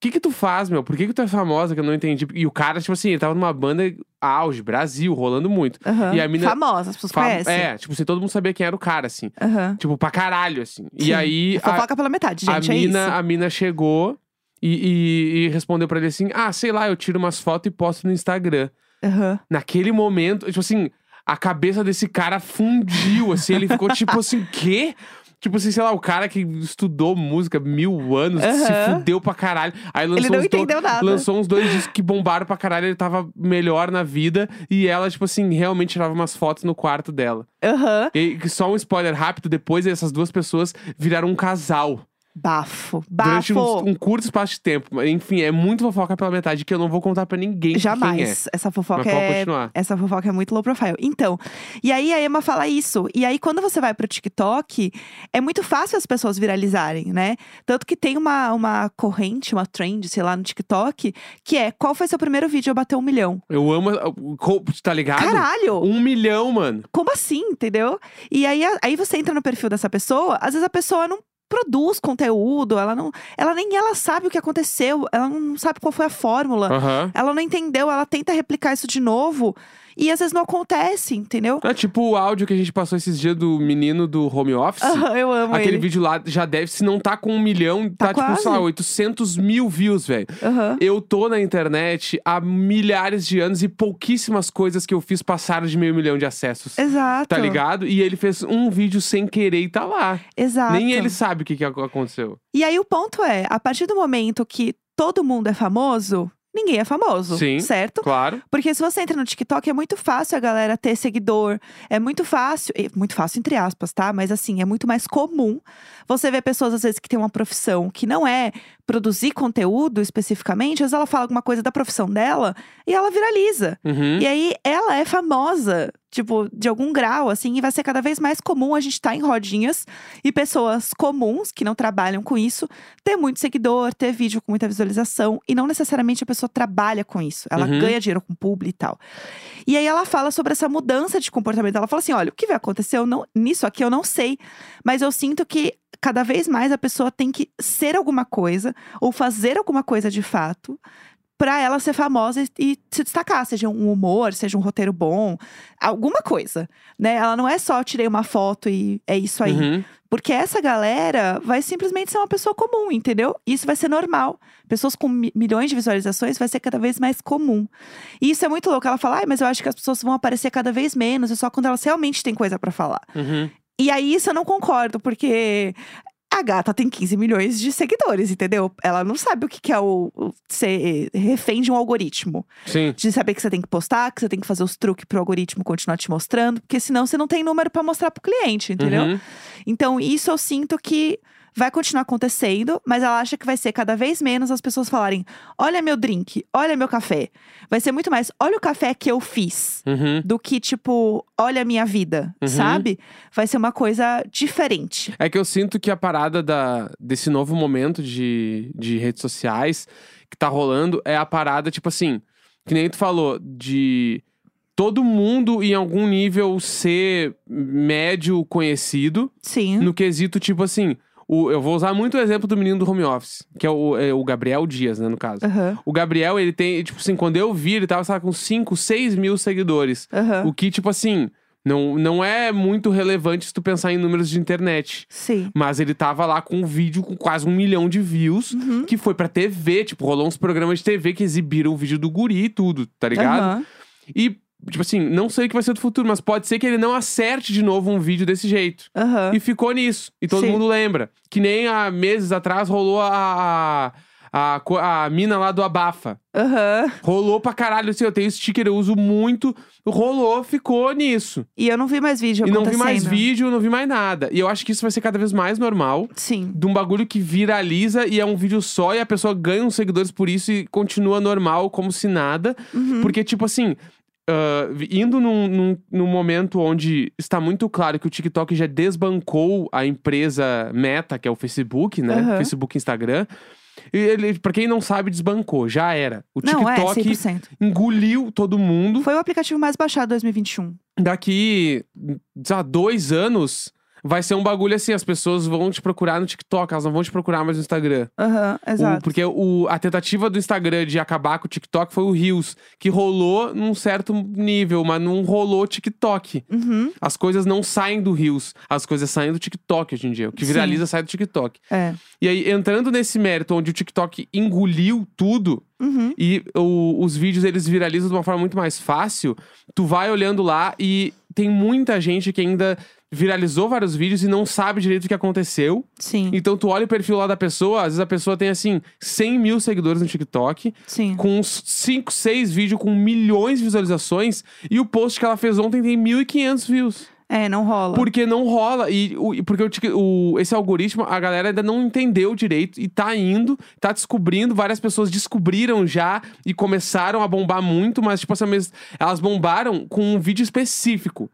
Speaker 2: que que tu faz, meu? Por que que tu é famosa que eu não entendi? E o cara, tipo assim, ele tava numa banda auge, Brasil, rolando muito.
Speaker 1: Aham.
Speaker 2: E a mina-
Speaker 1: Famosa, as pessoas
Speaker 2: Fa-
Speaker 1: conhecem.
Speaker 2: É, tipo, se todo mundo sabia quem era o cara, assim.
Speaker 1: Aham.
Speaker 2: Tipo, pra caralho, assim. E
Speaker 1: Sim.
Speaker 2: aí
Speaker 1: É Fofoca pela metade,
Speaker 2: a,
Speaker 1: gente.
Speaker 2: a
Speaker 1: é
Speaker 2: mina,
Speaker 1: isso.
Speaker 2: a mina chegou e, e- e respondeu pra ele assim: Ah, sei lá, eu tiro umas fotos e posto no Instagram.
Speaker 1: Aham.
Speaker 2: Naquele momento, tipo assim, a cabeça desse cara fundiu, assim, ele ficou tipo assim, quê? Tipo assim, sei lá, o cara que estudou música mil anos, se
Speaker 1: Aham.
Speaker 2: fudeu pra caralho. Aí lançou
Speaker 1: não
Speaker 2: uns do-
Speaker 1: entendeu nada.
Speaker 2: Lançou uns dois discos que bombaram pra caralho, ele tava melhor na vida. E ela, tipo assim, realmente tirava umas fotos no quarto dela.
Speaker 1: Aham.
Speaker 2: E aí, que só um spoiler rápido, depois essas duas pessoas viraram um casal.
Speaker 1: Bafo.
Speaker 2: Durante
Speaker 1: Bafo.
Speaker 2: um, um curto espaço de tempo. Mas, Enfim, é muito fofoca pela metade que eu não vou contar pra ninguém quem é.
Speaker 1: Jamais. Essa
Speaker 2: Mas
Speaker 1: fofoca
Speaker 2: pode
Speaker 1: é.
Speaker 2: continuar.
Speaker 1: Essa fofoca é muito low profile. Então, e aí a Emma fala isso. E aí, quando você vai pro TikTok, é muito fácil as pessoas viralizarem, né? Tanto que tem uma, uma corrente, uma trend, sei lá, no TikTok, que é qual foi seu primeiro vídeo a bater um milhão?
Speaker 2: Eu amo. co- Tá ligado?
Speaker 1: Caralho!
Speaker 2: Um milhão, mano.
Speaker 1: Como assim, entendeu? E aí, a- aí você entra no perfil dessa pessoa, às vezes a pessoa não produz conteúdo, ela não. Ela nem ela sabe o que aconteceu, ela não sabe qual foi a fórmula.
Speaker 2: Aham.
Speaker 1: Ela não entendeu, ela tenta replicar isso de novo e às vezes não acontece, entendeu?
Speaker 2: É tipo o áudio que a gente passou esses dias do menino do home office.
Speaker 1: Aham, eu amo
Speaker 2: Aquele
Speaker 1: ele.
Speaker 2: vídeo lá já deve, se não tá com um milhão, tá,
Speaker 1: Tá
Speaker 2: tipo, sei lá,
Speaker 1: quase.
Speaker 2: 800 mil views, velho.
Speaker 1: Aham.
Speaker 2: Eu tô na internet há milhares de anos e pouquíssimas coisas que eu fiz passaram de meio milhão de acessos.
Speaker 1: Exato.
Speaker 2: Tá ligado? E ele fez um vídeo sem querer e tá lá.
Speaker 1: Exato.
Speaker 2: Nem ele sabe o que, que ac- aconteceu.
Speaker 1: E aí o ponto é, a partir do momento que todo mundo é famoso, ninguém é famoso,
Speaker 2: Sim.
Speaker 1: certo?
Speaker 2: Claro.
Speaker 1: Porque se você entra no TikTok, é muito fácil a galera ter seguidor. É muito fácil, e- muito fácil entre aspas, tá? Mas assim, é muito mais comum você ver pessoas, às vezes, que têm uma profissão que não é produzir conteúdo especificamente. Às vezes ela fala alguma coisa da profissão dela e ela viraliza.
Speaker 2: Uhum.
Speaker 1: E aí ela é famosa, tipo, de algum grau, assim, e vai ser cada vez mais comum a gente estar em rodinhas e pessoas comuns que não trabalham com isso ter muito seguidor, ter vídeo com muita visualização e não necessariamente a pessoa trabalha com isso. Ela
Speaker 2: Uhum.
Speaker 1: ganha dinheiro com publi e tal. E aí ela fala sobre essa mudança de comportamento. Ela fala assim: olha, o que vai acontecer eu não, nisso aqui eu não sei, mas eu sinto que cada vez mais a pessoa tem que ser alguma coisa ou fazer alguma coisa de fato. Pra ela ser famosa e- e se destacar, seja um humor, seja um roteiro bom, alguma coisa, né? Ela não é só tirei uma foto e é isso aí.
Speaker 2: Uhum.
Speaker 1: Porque essa galera vai simplesmente ser uma pessoa comum, entendeu? Isso vai ser normal. Pessoas com mi- milhões de visualizações vai ser cada vez mais comum. E isso é muito louco. Ela fala, Ai, mas eu acho que as pessoas vão aparecer cada vez menos, é só quando elas realmente têm coisa pra falar.
Speaker 2: Uhum.
Speaker 1: E aí isso eu não concordo, porque a gata tem 15 milhões de seguidores, entendeu? Ela não sabe o que que é o, o ser refém de um algoritmo
Speaker 2: Sim.
Speaker 1: de saber que você tem que postar, que você tem que fazer os truques pro algoritmo continuar te mostrando, porque senão você não tem número pra mostrar pro cliente, entendeu?
Speaker 2: Uhum.
Speaker 1: Então, isso eu sinto que vai continuar acontecendo, mas ela acha que vai ser cada vez menos as pessoas falarem: "Olha meu drink, olha meu café". Vai ser muito mais: "Olha o café que eu fiz".
Speaker 2: Uhum.
Speaker 1: Do que, tipo, olha a minha vida,
Speaker 2: Uhum.
Speaker 1: sabe? Vai ser uma coisa diferente.
Speaker 2: É que eu sinto que a parada da, desse novo momento de, de redes sociais que tá rolando é a parada, tipo assim, que nem tu falou, de todo mundo em algum nível ser médio conhecido,
Speaker 1: Sim.
Speaker 2: no quesito, tipo assim. o- eu vou usar muito o exemplo do menino do home office, que é o, é o Gabriel Dias, né, no caso.
Speaker 1: Aham.
Speaker 2: O Gabriel, ele tem, tipo assim, quando eu vi, ele tava, sabe, com 5, 6 mil seguidores.
Speaker 1: Aham.
Speaker 2: O que, tipo assim, não, não é muito relevante se tu pensar em números de internet.
Speaker 1: Sim.
Speaker 2: Mas ele tava lá com um vídeo com quase um milhão de views,
Speaker 1: Uhum.
Speaker 2: que foi pra TV. Tipo, rolou uns programas de TV que exibiram o vídeo do guri e tudo, tá ligado?
Speaker 1: Aham.
Speaker 2: E, tipo assim, não sei o que vai ser do futuro, mas pode ser que ele não acerte de novo um vídeo desse jeito.
Speaker 1: Aham.
Speaker 2: E ficou nisso. E todo
Speaker 1: Ah. Sim.
Speaker 2: mundo lembra. Que nem há meses atrás rolou a. a, a, co- a mina lá do Abafa.
Speaker 1: Aham.
Speaker 2: Rolou pra caralho, assim, eu tenho sticker, eu uso muito. Rolou, ficou nisso.
Speaker 1: E eu não vi mais vídeo
Speaker 2: E não vi mais
Speaker 1: acontecendo.
Speaker 2: vídeo, não vi mais nada. E eu acho que isso vai ser cada vez mais normal.
Speaker 1: Sim.
Speaker 2: De um bagulho que viraliza e é um vídeo só, e a pessoa ganha uns seguidores por isso e continua normal, como se nada.
Speaker 1: Uhum.
Speaker 2: Porque, tipo assim, ah, indo num, num, num momento onde está muito claro que o TikTok já desbancou a empresa Meta, que é o Facebook, né?
Speaker 1: Aham.
Speaker 2: Facebook e Instagram. E ele, pra quem não sabe, desbancou, já era. O
Speaker 1: Não, é,
Speaker 2: TikTok
Speaker 1: 100%.
Speaker 2: engoliu todo mundo.
Speaker 1: Foi o aplicativo mais baixado em 2021.
Speaker 2: Daqui, sei lá, dois anos, vai ser um bagulho assim: as pessoas vão te procurar no TikTok, elas não vão te procurar mais no Instagram.
Speaker 1: Aham,
Speaker 2: O-
Speaker 1: exato.
Speaker 2: porque o- a tentativa do Instagram de acabar com o TikTok foi o Reels, que rolou num certo nível, mas não rolou TikTok.
Speaker 1: Uhum,
Speaker 2: As coisas não saem do Reels, as coisas saem do TikTok hoje em dia. O que
Speaker 1: Sim.
Speaker 2: viraliza sai do TikTok.
Speaker 1: é.
Speaker 2: E aí, entrando nesse mérito onde o TikTok engoliu tudo
Speaker 1: Uhum.
Speaker 2: e o- os vídeos eles viralizam de uma forma muito mais fácil, tu vai olhando lá e tem muita gente que ainda viralizou vários vídeos e não sabe direito o que aconteceu.
Speaker 1: Sim,
Speaker 2: Então tu olha o perfil lá da pessoa, às vezes a pessoa tem assim 100 mil seguidores no TikTok,
Speaker 1: sim.
Speaker 2: com uns 5, 6 vídeos com milhões de visualizações, e o post que ela fez ontem tem 1.500 views.
Speaker 1: É, não rola.
Speaker 2: Porque não rola, e, o- e porque o Tik- o- esse algoritmo, a galera ainda não entendeu direito, e tá indo, tá descobrindo, várias pessoas descobriram já, e começaram a bombar muito, mas tipo assim, mesmo, elas bombaram com um vídeo específico.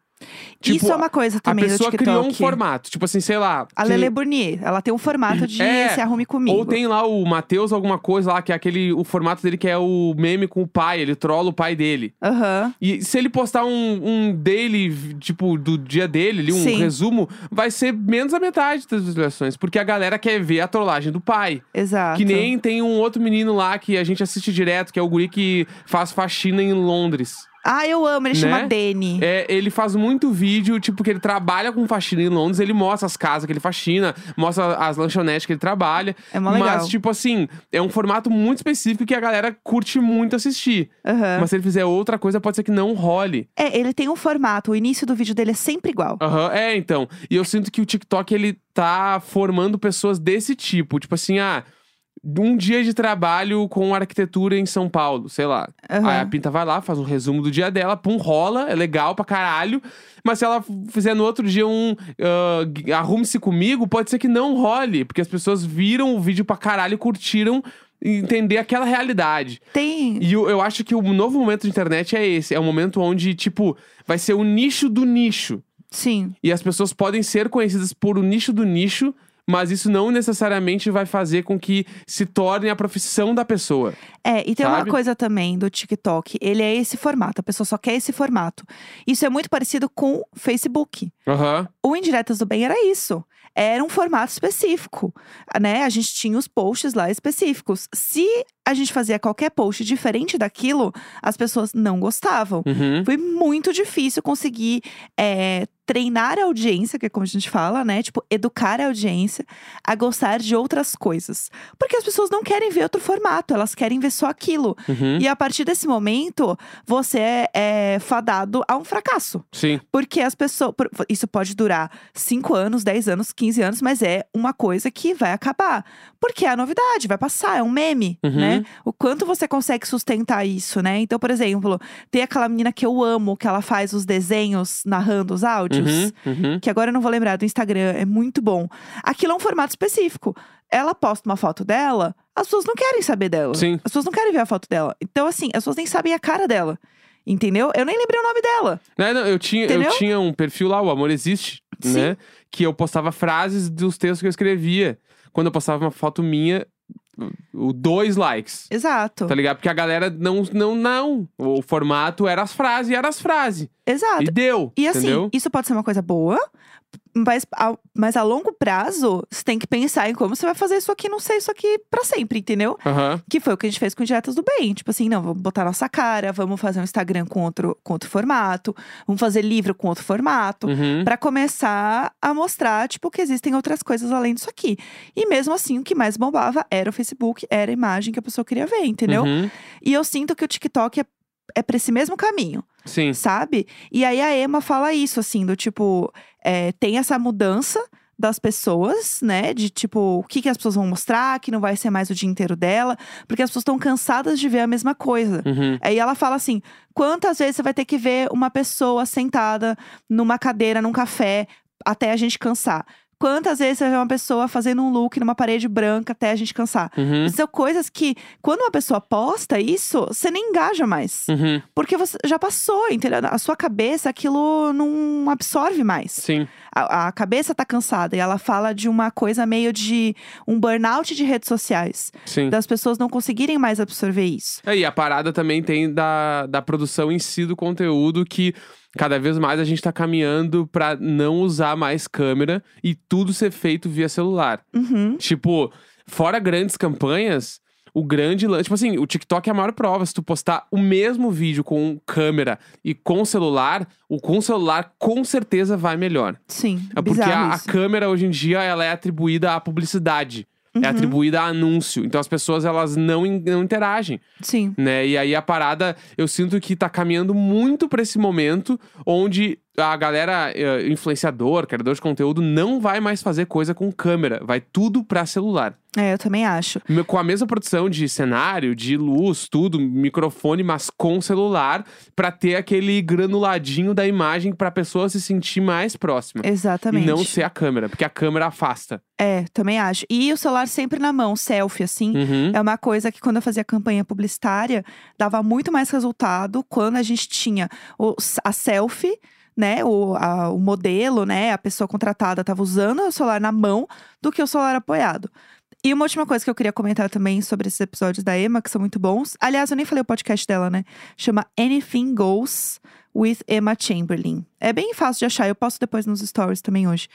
Speaker 2: Tipo,
Speaker 1: Isso é uma coisa
Speaker 2: a
Speaker 1: também
Speaker 2: pessoa
Speaker 1: do TikTok.
Speaker 2: criou um formato, tipo assim, sei lá...
Speaker 1: A
Speaker 2: que-
Speaker 1: Lele Bournier, ela tem um formato de
Speaker 2: É,
Speaker 1: se arrume comigo.
Speaker 2: Ou tem lá o Matheus alguma coisa lá, que é aquele... O formato dele que é o meme com o pai, ele trola o pai dele.
Speaker 1: Aham.
Speaker 2: E se ele postar um, um daily, tipo, do dia dele, ali, um
Speaker 1: Sim.
Speaker 2: resumo, vai ser menos a metade das visualizações. Porque a galera quer ver a trollagem do pai.
Speaker 1: Exato.
Speaker 2: Que nem tem um outro menino lá que a gente assiste direto, que é o guri que faz faxina em Londres.
Speaker 1: Ah, eu amo, ele chama
Speaker 2: Né?
Speaker 1: Dene.
Speaker 2: É, ele faz muito vídeo, tipo, que ele trabalha com faxina em Londres, ele mostra as casas que ele faxina, mostra as lanchonetes que ele trabalha.
Speaker 1: É mó legal.
Speaker 2: Mas, tipo assim, é um formato muito específico que a galera curte muito assistir.
Speaker 1: Aham.
Speaker 2: Mas se ele fizer outra coisa, pode ser que não role.
Speaker 1: É, ele tem um formato, o início do vídeo dele é sempre igual.
Speaker 2: Aham, é, então. E eu sinto que o TikTok, ele tá formando pessoas desse tipo. Tipo assim, ah, um dia de trabalho com arquitetura em São Paulo, sei lá.
Speaker 1: Aham.
Speaker 2: Aí a Pinta vai lá, faz um resumo do dia dela, pum, rola, é legal pra caralho. Mas se ela fizer no outro dia um ah, gu- arrume-se comigo, pode ser que não role, porque as pessoas viram o vídeo pra caralho, e curtiram e entender aquela realidade.
Speaker 1: Tem.
Speaker 2: E eu, eu acho que o novo momento da internet é esse. É um momento onde, tipo, vai ser o nicho do nicho.
Speaker 1: Sim.
Speaker 2: E as pessoas podem ser conhecidas por o nicho do nicho, mas isso não necessariamente vai fazer com que se torne a profissão da pessoa.
Speaker 1: É, e tem uma
Speaker 2: Sabe?
Speaker 1: coisa também do TikTok. Ele é esse formato, a pessoa só quer esse formato. Isso é muito parecido com o Facebook.
Speaker 2: Aham.
Speaker 1: O Indiretas do Bem era isso. Era um formato específico, né? A gente tinha os posts lá específicos. Se a gente fazia qualquer post diferente daquilo, as pessoas não gostavam.
Speaker 2: Uhum.
Speaker 1: Foi muito difícil conseguir é, treinar a audiência, que é como a gente fala, né? Tipo, educar a audiência a gostar de outras coisas. Porque as pessoas não querem ver outro formato, elas querem ver só aquilo.
Speaker 2: Uhum.
Speaker 1: E a partir desse momento, você é, é fadado a um fracasso.
Speaker 2: Sim.
Speaker 1: Porque as pessoas. por- Isso pode durar 5 anos, 10 anos, 15 anos, mas é uma coisa que vai acabar. Porque é a novidade, vai passar, é um meme,
Speaker 2: Uhum.
Speaker 1: né? O quanto você consegue sustentar isso, né? Então, por exemplo, tem aquela menina que eu amo, que ela faz os desenhos narrando os áudios.
Speaker 2: Uhum, uhum.
Speaker 1: Que agora eu não vou lembrar do Instagram, é muito bom. Aquilo é um formato específico. Ela posta uma foto dela, as pessoas não querem saber dela.
Speaker 2: Sim.
Speaker 1: As pessoas não querem ver a foto dela. Então, assim, as pessoas nem sabem a cara dela. Entendeu? Eu nem lembrei o nome dela.
Speaker 2: Né, não, eu, tinha, eu
Speaker 1: Entendeu?
Speaker 2: tinha um perfil lá, o Amor Existe,
Speaker 1: Sim.
Speaker 2: né? Que eu postava frases dos textos que eu escrevia. Quando eu postava uma foto minha, o dois likes.
Speaker 1: Exato.
Speaker 2: Tá ligado? Porque a galera não, não, não. O formato era as frases, era as frases.
Speaker 1: Exato.
Speaker 2: E deu.
Speaker 1: E assim,
Speaker 2: entendeu?
Speaker 1: isso pode ser uma coisa boa, mas a, mas a longo prazo, você tem que pensar em como você vai fazer isso aqui, não sei, isso aqui pra sempre, entendeu?
Speaker 2: Aham.
Speaker 1: Que foi o que a gente fez com Dietas do Bem. Tipo assim, não, vamos botar nossa cara, vamos fazer um Instagram com outro, com outro formato, vamos fazer livro com outro formato.
Speaker 2: Uhum.
Speaker 1: Pra começar a mostrar, tipo, que existem outras coisas além disso aqui. E mesmo assim, o que mais bombava era o Facebook, era a imagem que a pessoa queria ver, entendeu?
Speaker 2: Uhum.
Speaker 1: E eu sinto que o TikTok é, é pra esse mesmo caminho
Speaker 2: Sim.
Speaker 1: sabe? E aí a Emma fala isso, assim, do tipo, é, tem essa mudança das pessoas, né? De tipo, o que, que as pessoas vão mostrar, que não vai ser mais o dia inteiro dela, porque as pessoas estão cansadas de ver a mesma coisa.
Speaker 2: Uhum.
Speaker 1: Aí ela fala assim: quantas vezes você vai ter que ver uma pessoa sentada numa cadeira, num café, até a gente cansar? Quantas vezes você vê uma pessoa fazendo um look numa parede branca até a gente cansar?
Speaker 2: Uhum.
Speaker 1: São coisas que, quando uma pessoa posta isso, você nem engaja mais.
Speaker 2: Uhum.
Speaker 1: Porque você já passou, entendeu? A sua cabeça, aquilo não absorve mais.
Speaker 2: Sim.
Speaker 1: A, a cabeça tá cansada e ela fala de uma coisa meio de um burnout de redes sociais.
Speaker 2: Sim.
Speaker 1: Das pessoas não conseguirem mais absorver isso.
Speaker 2: É, e a parada também tem da, da produção em si do conteúdo que cada vez mais a gente tá caminhando pra não usar mais câmera e tudo ser feito via celular.
Speaker 1: Uhum.
Speaker 2: Tipo, fora grandes campanhas, o grande lance. Tipo assim, o TikTok é a maior prova. Se tu postar o mesmo vídeo com câmera e com celular, o com celular com certeza vai melhor.
Speaker 1: Sim.
Speaker 2: É porque
Speaker 1: bizarro
Speaker 2: a, a
Speaker 1: isso.
Speaker 2: câmera hoje em dia ela é atribuída à publicidade.
Speaker 1: Uhum.
Speaker 2: É atribuída a anúncio. Então as pessoas elas não, in- não interagem
Speaker 1: Sim.
Speaker 2: né? E aí a parada, eu sinto que tá caminhando muito pra esse momento onde a galera eh, influenciador, criador de conteúdo não vai mais fazer coisa com câmera, vai tudo pra celular.
Speaker 1: É, eu também acho.
Speaker 2: Me- Com a mesma produção de cenário, de luz, tudo, microfone, mas com celular, pra ter aquele granuladinho da imagem pra pessoa se sentir mais próxima.
Speaker 1: Exatamente.
Speaker 2: E não ser a câmera, porque a câmera afasta.
Speaker 1: É, também acho. E o celular sempre na mão, selfie, assim.
Speaker 2: Uhum.
Speaker 1: É uma coisa que quando eu fazia campanha publicitária, dava muito mais resultado quando a gente tinha o- a selfie, né? O, a- o modelo, né? A pessoa contratada estava usando o celular na mão do que o celular apoiado. E uma última coisa que eu queria comentar também sobre esses episódios da Emma, que são muito bons. Aliás, eu nem falei o podcast dela, né? Chama Anything Goes with Emma Chamberlain. É bem fácil de achar, eu posto depois nos stories também hoje.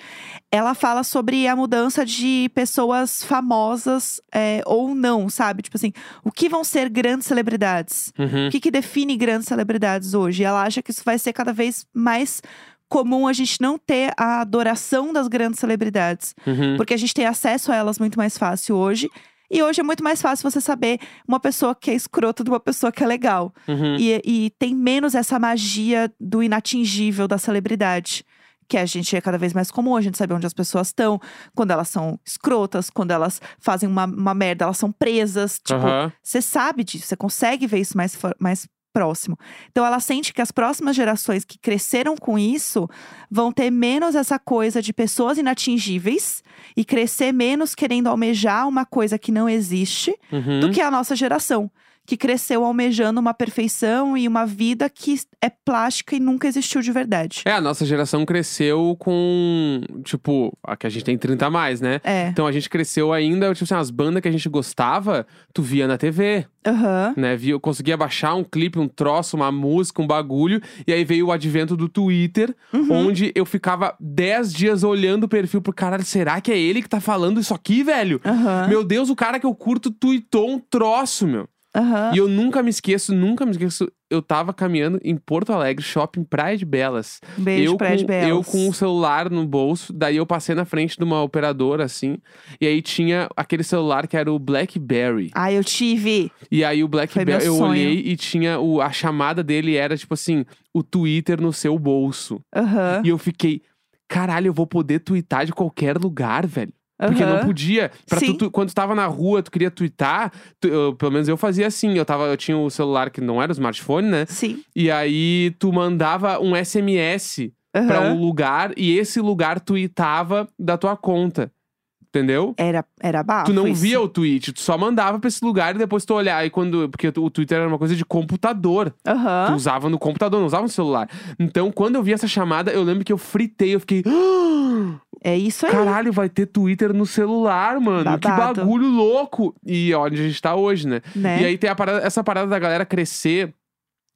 Speaker 1: Ela fala sobre a mudança de pessoas famosas é, ou não, sabe? Tipo assim, o que vão ser grandes celebridades?
Speaker 2: Uhum.
Speaker 1: O que, que define grandes celebridades hoje? E ela acha que isso vai ser cada vez mais comum a gente não ter a adoração das grandes celebridades.
Speaker 2: Uhum.
Speaker 1: Porque a gente tem acesso a elas muito mais fácil hoje. E hoje é muito mais fácil você saber uma pessoa que é escrota de uma pessoa que é legal.
Speaker 2: Uhum.
Speaker 1: E, e tem menos essa magia do inatingível da celebridade. Que a gente é cada vez mais comum, a gente sabe onde as pessoas estão, quando elas são escrotas, quando elas fazem uma, uma merda, elas são presas. Tipo,
Speaker 2: Aham.
Speaker 1: você sabe disso, você consegue ver isso mais, fo- mais próximo. Então ela sente que as próximas gerações que cresceram com isso vão ter menos essa coisa de pessoas inatingíveis e crescer menos querendo almejar uma coisa que não existe
Speaker 2: Uhum.
Speaker 1: do que a nossa geração, que cresceu almejando uma perfeição e uma vida que é plástica e nunca existiu de verdade.
Speaker 2: É, a nossa geração cresceu com. Tipo, a que a gente tem 30 a mais, né?
Speaker 1: É.
Speaker 2: Então a gente cresceu ainda, tipo assim, as bandas que a gente gostava, tu via na TV,
Speaker 1: Aham.
Speaker 2: né? Via, conseguia baixar um clipe, um troço, uma música, um bagulho. E aí veio o advento do Twitter, onde eu ficava 10 dias olhando o perfil pro caralho, será que é ele que tá falando isso aqui, velho?
Speaker 1: Aham.
Speaker 2: Meu Deus, o cara que eu curto tweetou um troço, meu.
Speaker 1: Aham.
Speaker 2: E eu nunca me esqueço, nunca me esqueço. Eu tava caminhando em Porto Alegre, shopping Praia de Belas
Speaker 1: Beijo,
Speaker 2: eu,
Speaker 1: Praia de
Speaker 2: com, eu
Speaker 1: Belas.
Speaker 2: com o celular no bolso, daí eu passei na frente de uma operadora, assim, e aí tinha aquele celular que era o BlackBerry.
Speaker 1: Ai, Ah, eu tive.
Speaker 2: E aí
Speaker 1: Foi meu
Speaker 2: o BlackBerry, eu
Speaker 1: sonho.
Speaker 2: olhei e tinha o, a chamada dele era, tipo assim, o Twitter no seu bolso.
Speaker 1: Aham.
Speaker 2: E eu fiquei, caralho, eu vou poder twittar de qualquer lugar, velho. Porque não
Speaker 1: Aham.
Speaker 2: podia. Pra tu-
Speaker 1: Sim.
Speaker 2: tu- quando tu tava na rua, tu queria twittar, tu- eu- pelo menos eu fazia assim. Eu, tava, eu tinha o celular que não era o smartphone, né?
Speaker 1: Sim.
Speaker 2: E aí tu mandava um SMS
Speaker 1: Aham.
Speaker 2: pra um lugar e esse lugar tweetava da tua conta. Entendeu?
Speaker 1: Era, era bafo.
Speaker 2: tu não
Speaker 1: isso.
Speaker 2: via o tweet, tu só mandava pra esse lugar e depois tu olhava. E quando, porque o Twitter era uma coisa de computador. Tu
Speaker 1: Aham.
Speaker 2: usava no computador, não usava no celular. Então, quando eu vi essa chamada, eu lembro que eu fritei, eu fiquei. "Ah,
Speaker 1: É isso aí.
Speaker 2: Caralho, vai ter Twitter no celular, mano.
Speaker 1: Babado.
Speaker 2: Que bagulho louco. E olha onde a gente tá hoje, né?
Speaker 1: Né?
Speaker 2: E aí tem a parada- essa parada da galera crescer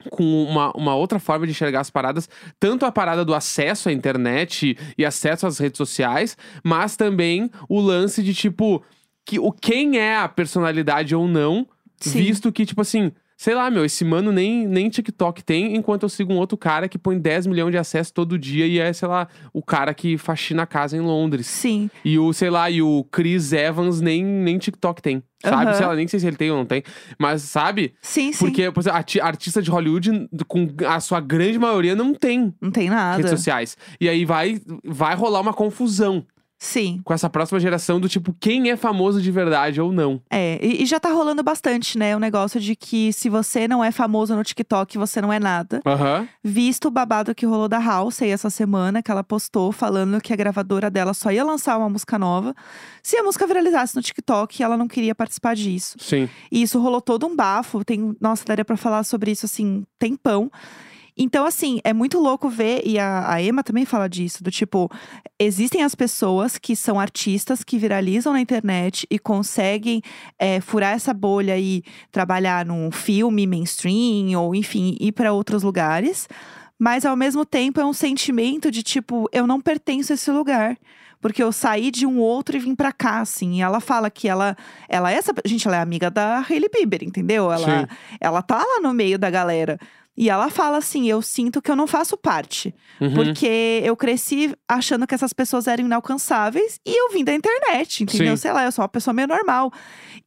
Speaker 2: com uma, uma outra forma de enxergar as paradas, tanto a parada do acesso à internet e acesso às redes sociais, mas também o lance de tipo que o quem é a personalidade ou não,
Speaker 1: Sim.
Speaker 2: visto que tipo assim, sei lá, meu, esse mano nem nem TikTok tem, enquanto eu sigo um outro cara que põe 10 milhões de acessos todo dia e é, sei lá, o cara que faxina a casa em Londres.
Speaker 1: Sim.
Speaker 2: E o, sei lá, e o Chris Evans nem, nem TikTok tem. Sabe?
Speaker 1: Aham.
Speaker 2: Sei lá, nem sei se ele tem ou não tem. Mas, sabe?
Speaker 1: Sim, sim.
Speaker 2: Porque, por exemplo, arti- artista de Hollywood, com a sua grande maioria, não tem
Speaker 1: Não tem nada.
Speaker 2: redes sociais. E aí vai, vai rolar uma confusão.
Speaker 1: Sim.
Speaker 2: com essa próxima geração do tipo, quem é famoso de verdade ou não.
Speaker 1: É, e, e já tá rolando bastante, né? O negócio de que se você não é famoso no TikTok, você não é nada.
Speaker 2: Aham.
Speaker 1: Visto o babado que rolou da Halsey essa semana, que ela postou falando que a gravadora dela só ia lançar uma música nova. Se a música viralizasse no TikTok, ela não queria participar disso.
Speaker 2: Sim.
Speaker 1: E isso rolou todo um bafo. Tem, nossa, daria pra falar sobre isso assim, tempão. Então, assim, é muito louco ver, e a, a Emma também fala disso, do tipo, existem as pessoas que são artistas que viralizam na internet e conseguem é, furar essa bolha e trabalhar num filme mainstream, ou enfim, ir para outros lugares. Mas ao mesmo tempo é um sentimento de tipo, eu não pertenço a esse lugar. Porque eu saí de um outro e vim pra cá, assim. E ela fala que ela. Ela é essa. Gente, ela é amiga da Hailey Bieber, entendeu? Ela, ela tá lá no meio da galera. E ela fala assim: eu sinto que eu não faço parte.
Speaker 2: Uhum.
Speaker 1: Porque eu cresci achando que essas pessoas eram inalcançáveis e eu vim da internet, entendeu?
Speaker 2: Sim.
Speaker 1: Sei lá, eu sou uma pessoa meio normal.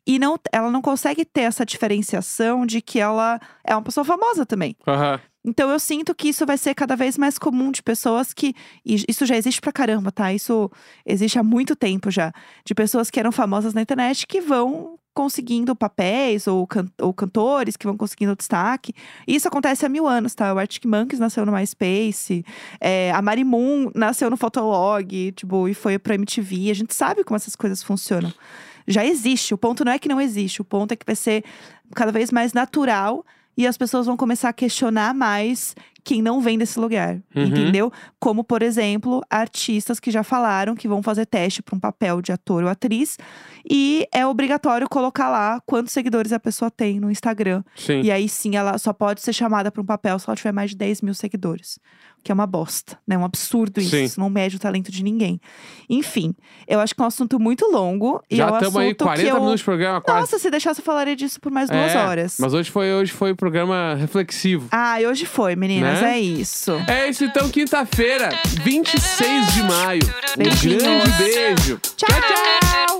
Speaker 1: E não, ela não consegue ter essa diferenciação de que ela é uma pessoa famosa também.
Speaker 2: Aham.
Speaker 1: Então eu sinto que isso vai ser cada vez mais comum de pessoas que. e Isso já existe pra caramba, tá? Isso existe há muito tempo já. De pessoas que eram famosas na internet que vão conseguindo papéis ou, can- ou cantores que vão conseguindo destaque. Isso acontece há mil anos, tá? O Arctic Monkeys nasceu no MySpace, é, a Mari Moon nasceu no Fotolog, tipo, e foi pra MTV. A gente sabe como essas coisas funcionam. Já existe. O ponto não é que não existe, o ponto é que vai ser cada vez mais natural e as pessoas vão começar a questionar mais quem não vem desse lugar,
Speaker 2: Uhum.
Speaker 1: entendeu? Como, por exemplo, artistas que já falaram que vão fazer teste para um papel de ator ou atriz e é obrigatório colocar lá quantos seguidores a pessoa tem no Instagram.
Speaker 2: Sim.
Speaker 1: E aí sim, ela só pode ser chamada para um papel se ela tiver mais de 10 mil seguidores. O que é uma bosta, né? Um absurdo isso.
Speaker 2: Sim.
Speaker 1: Isso não mede o talento de ninguém. Enfim, eu acho que é um assunto muito longo. e é
Speaker 2: Já
Speaker 1: um
Speaker 2: estamos
Speaker 1: assunto
Speaker 2: aí 40
Speaker 1: que eu...
Speaker 2: minutos de programa, quase.
Speaker 1: Nossa, se deixasse eu falaria disso por mais duas
Speaker 2: É,
Speaker 1: horas.
Speaker 2: Mas hoje foi, hoje foi programa reflexivo.
Speaker 1: Ah, e hoje foi, meninas.
Speaker 2: Né?
Speaker 1: É isso.
Speaker 2: É isso então, quinta-feira, 26 de maio. Um
Speaker 1: Beijinhos.
Speaker 2: grande beijo.
Speaker 1: Tchau!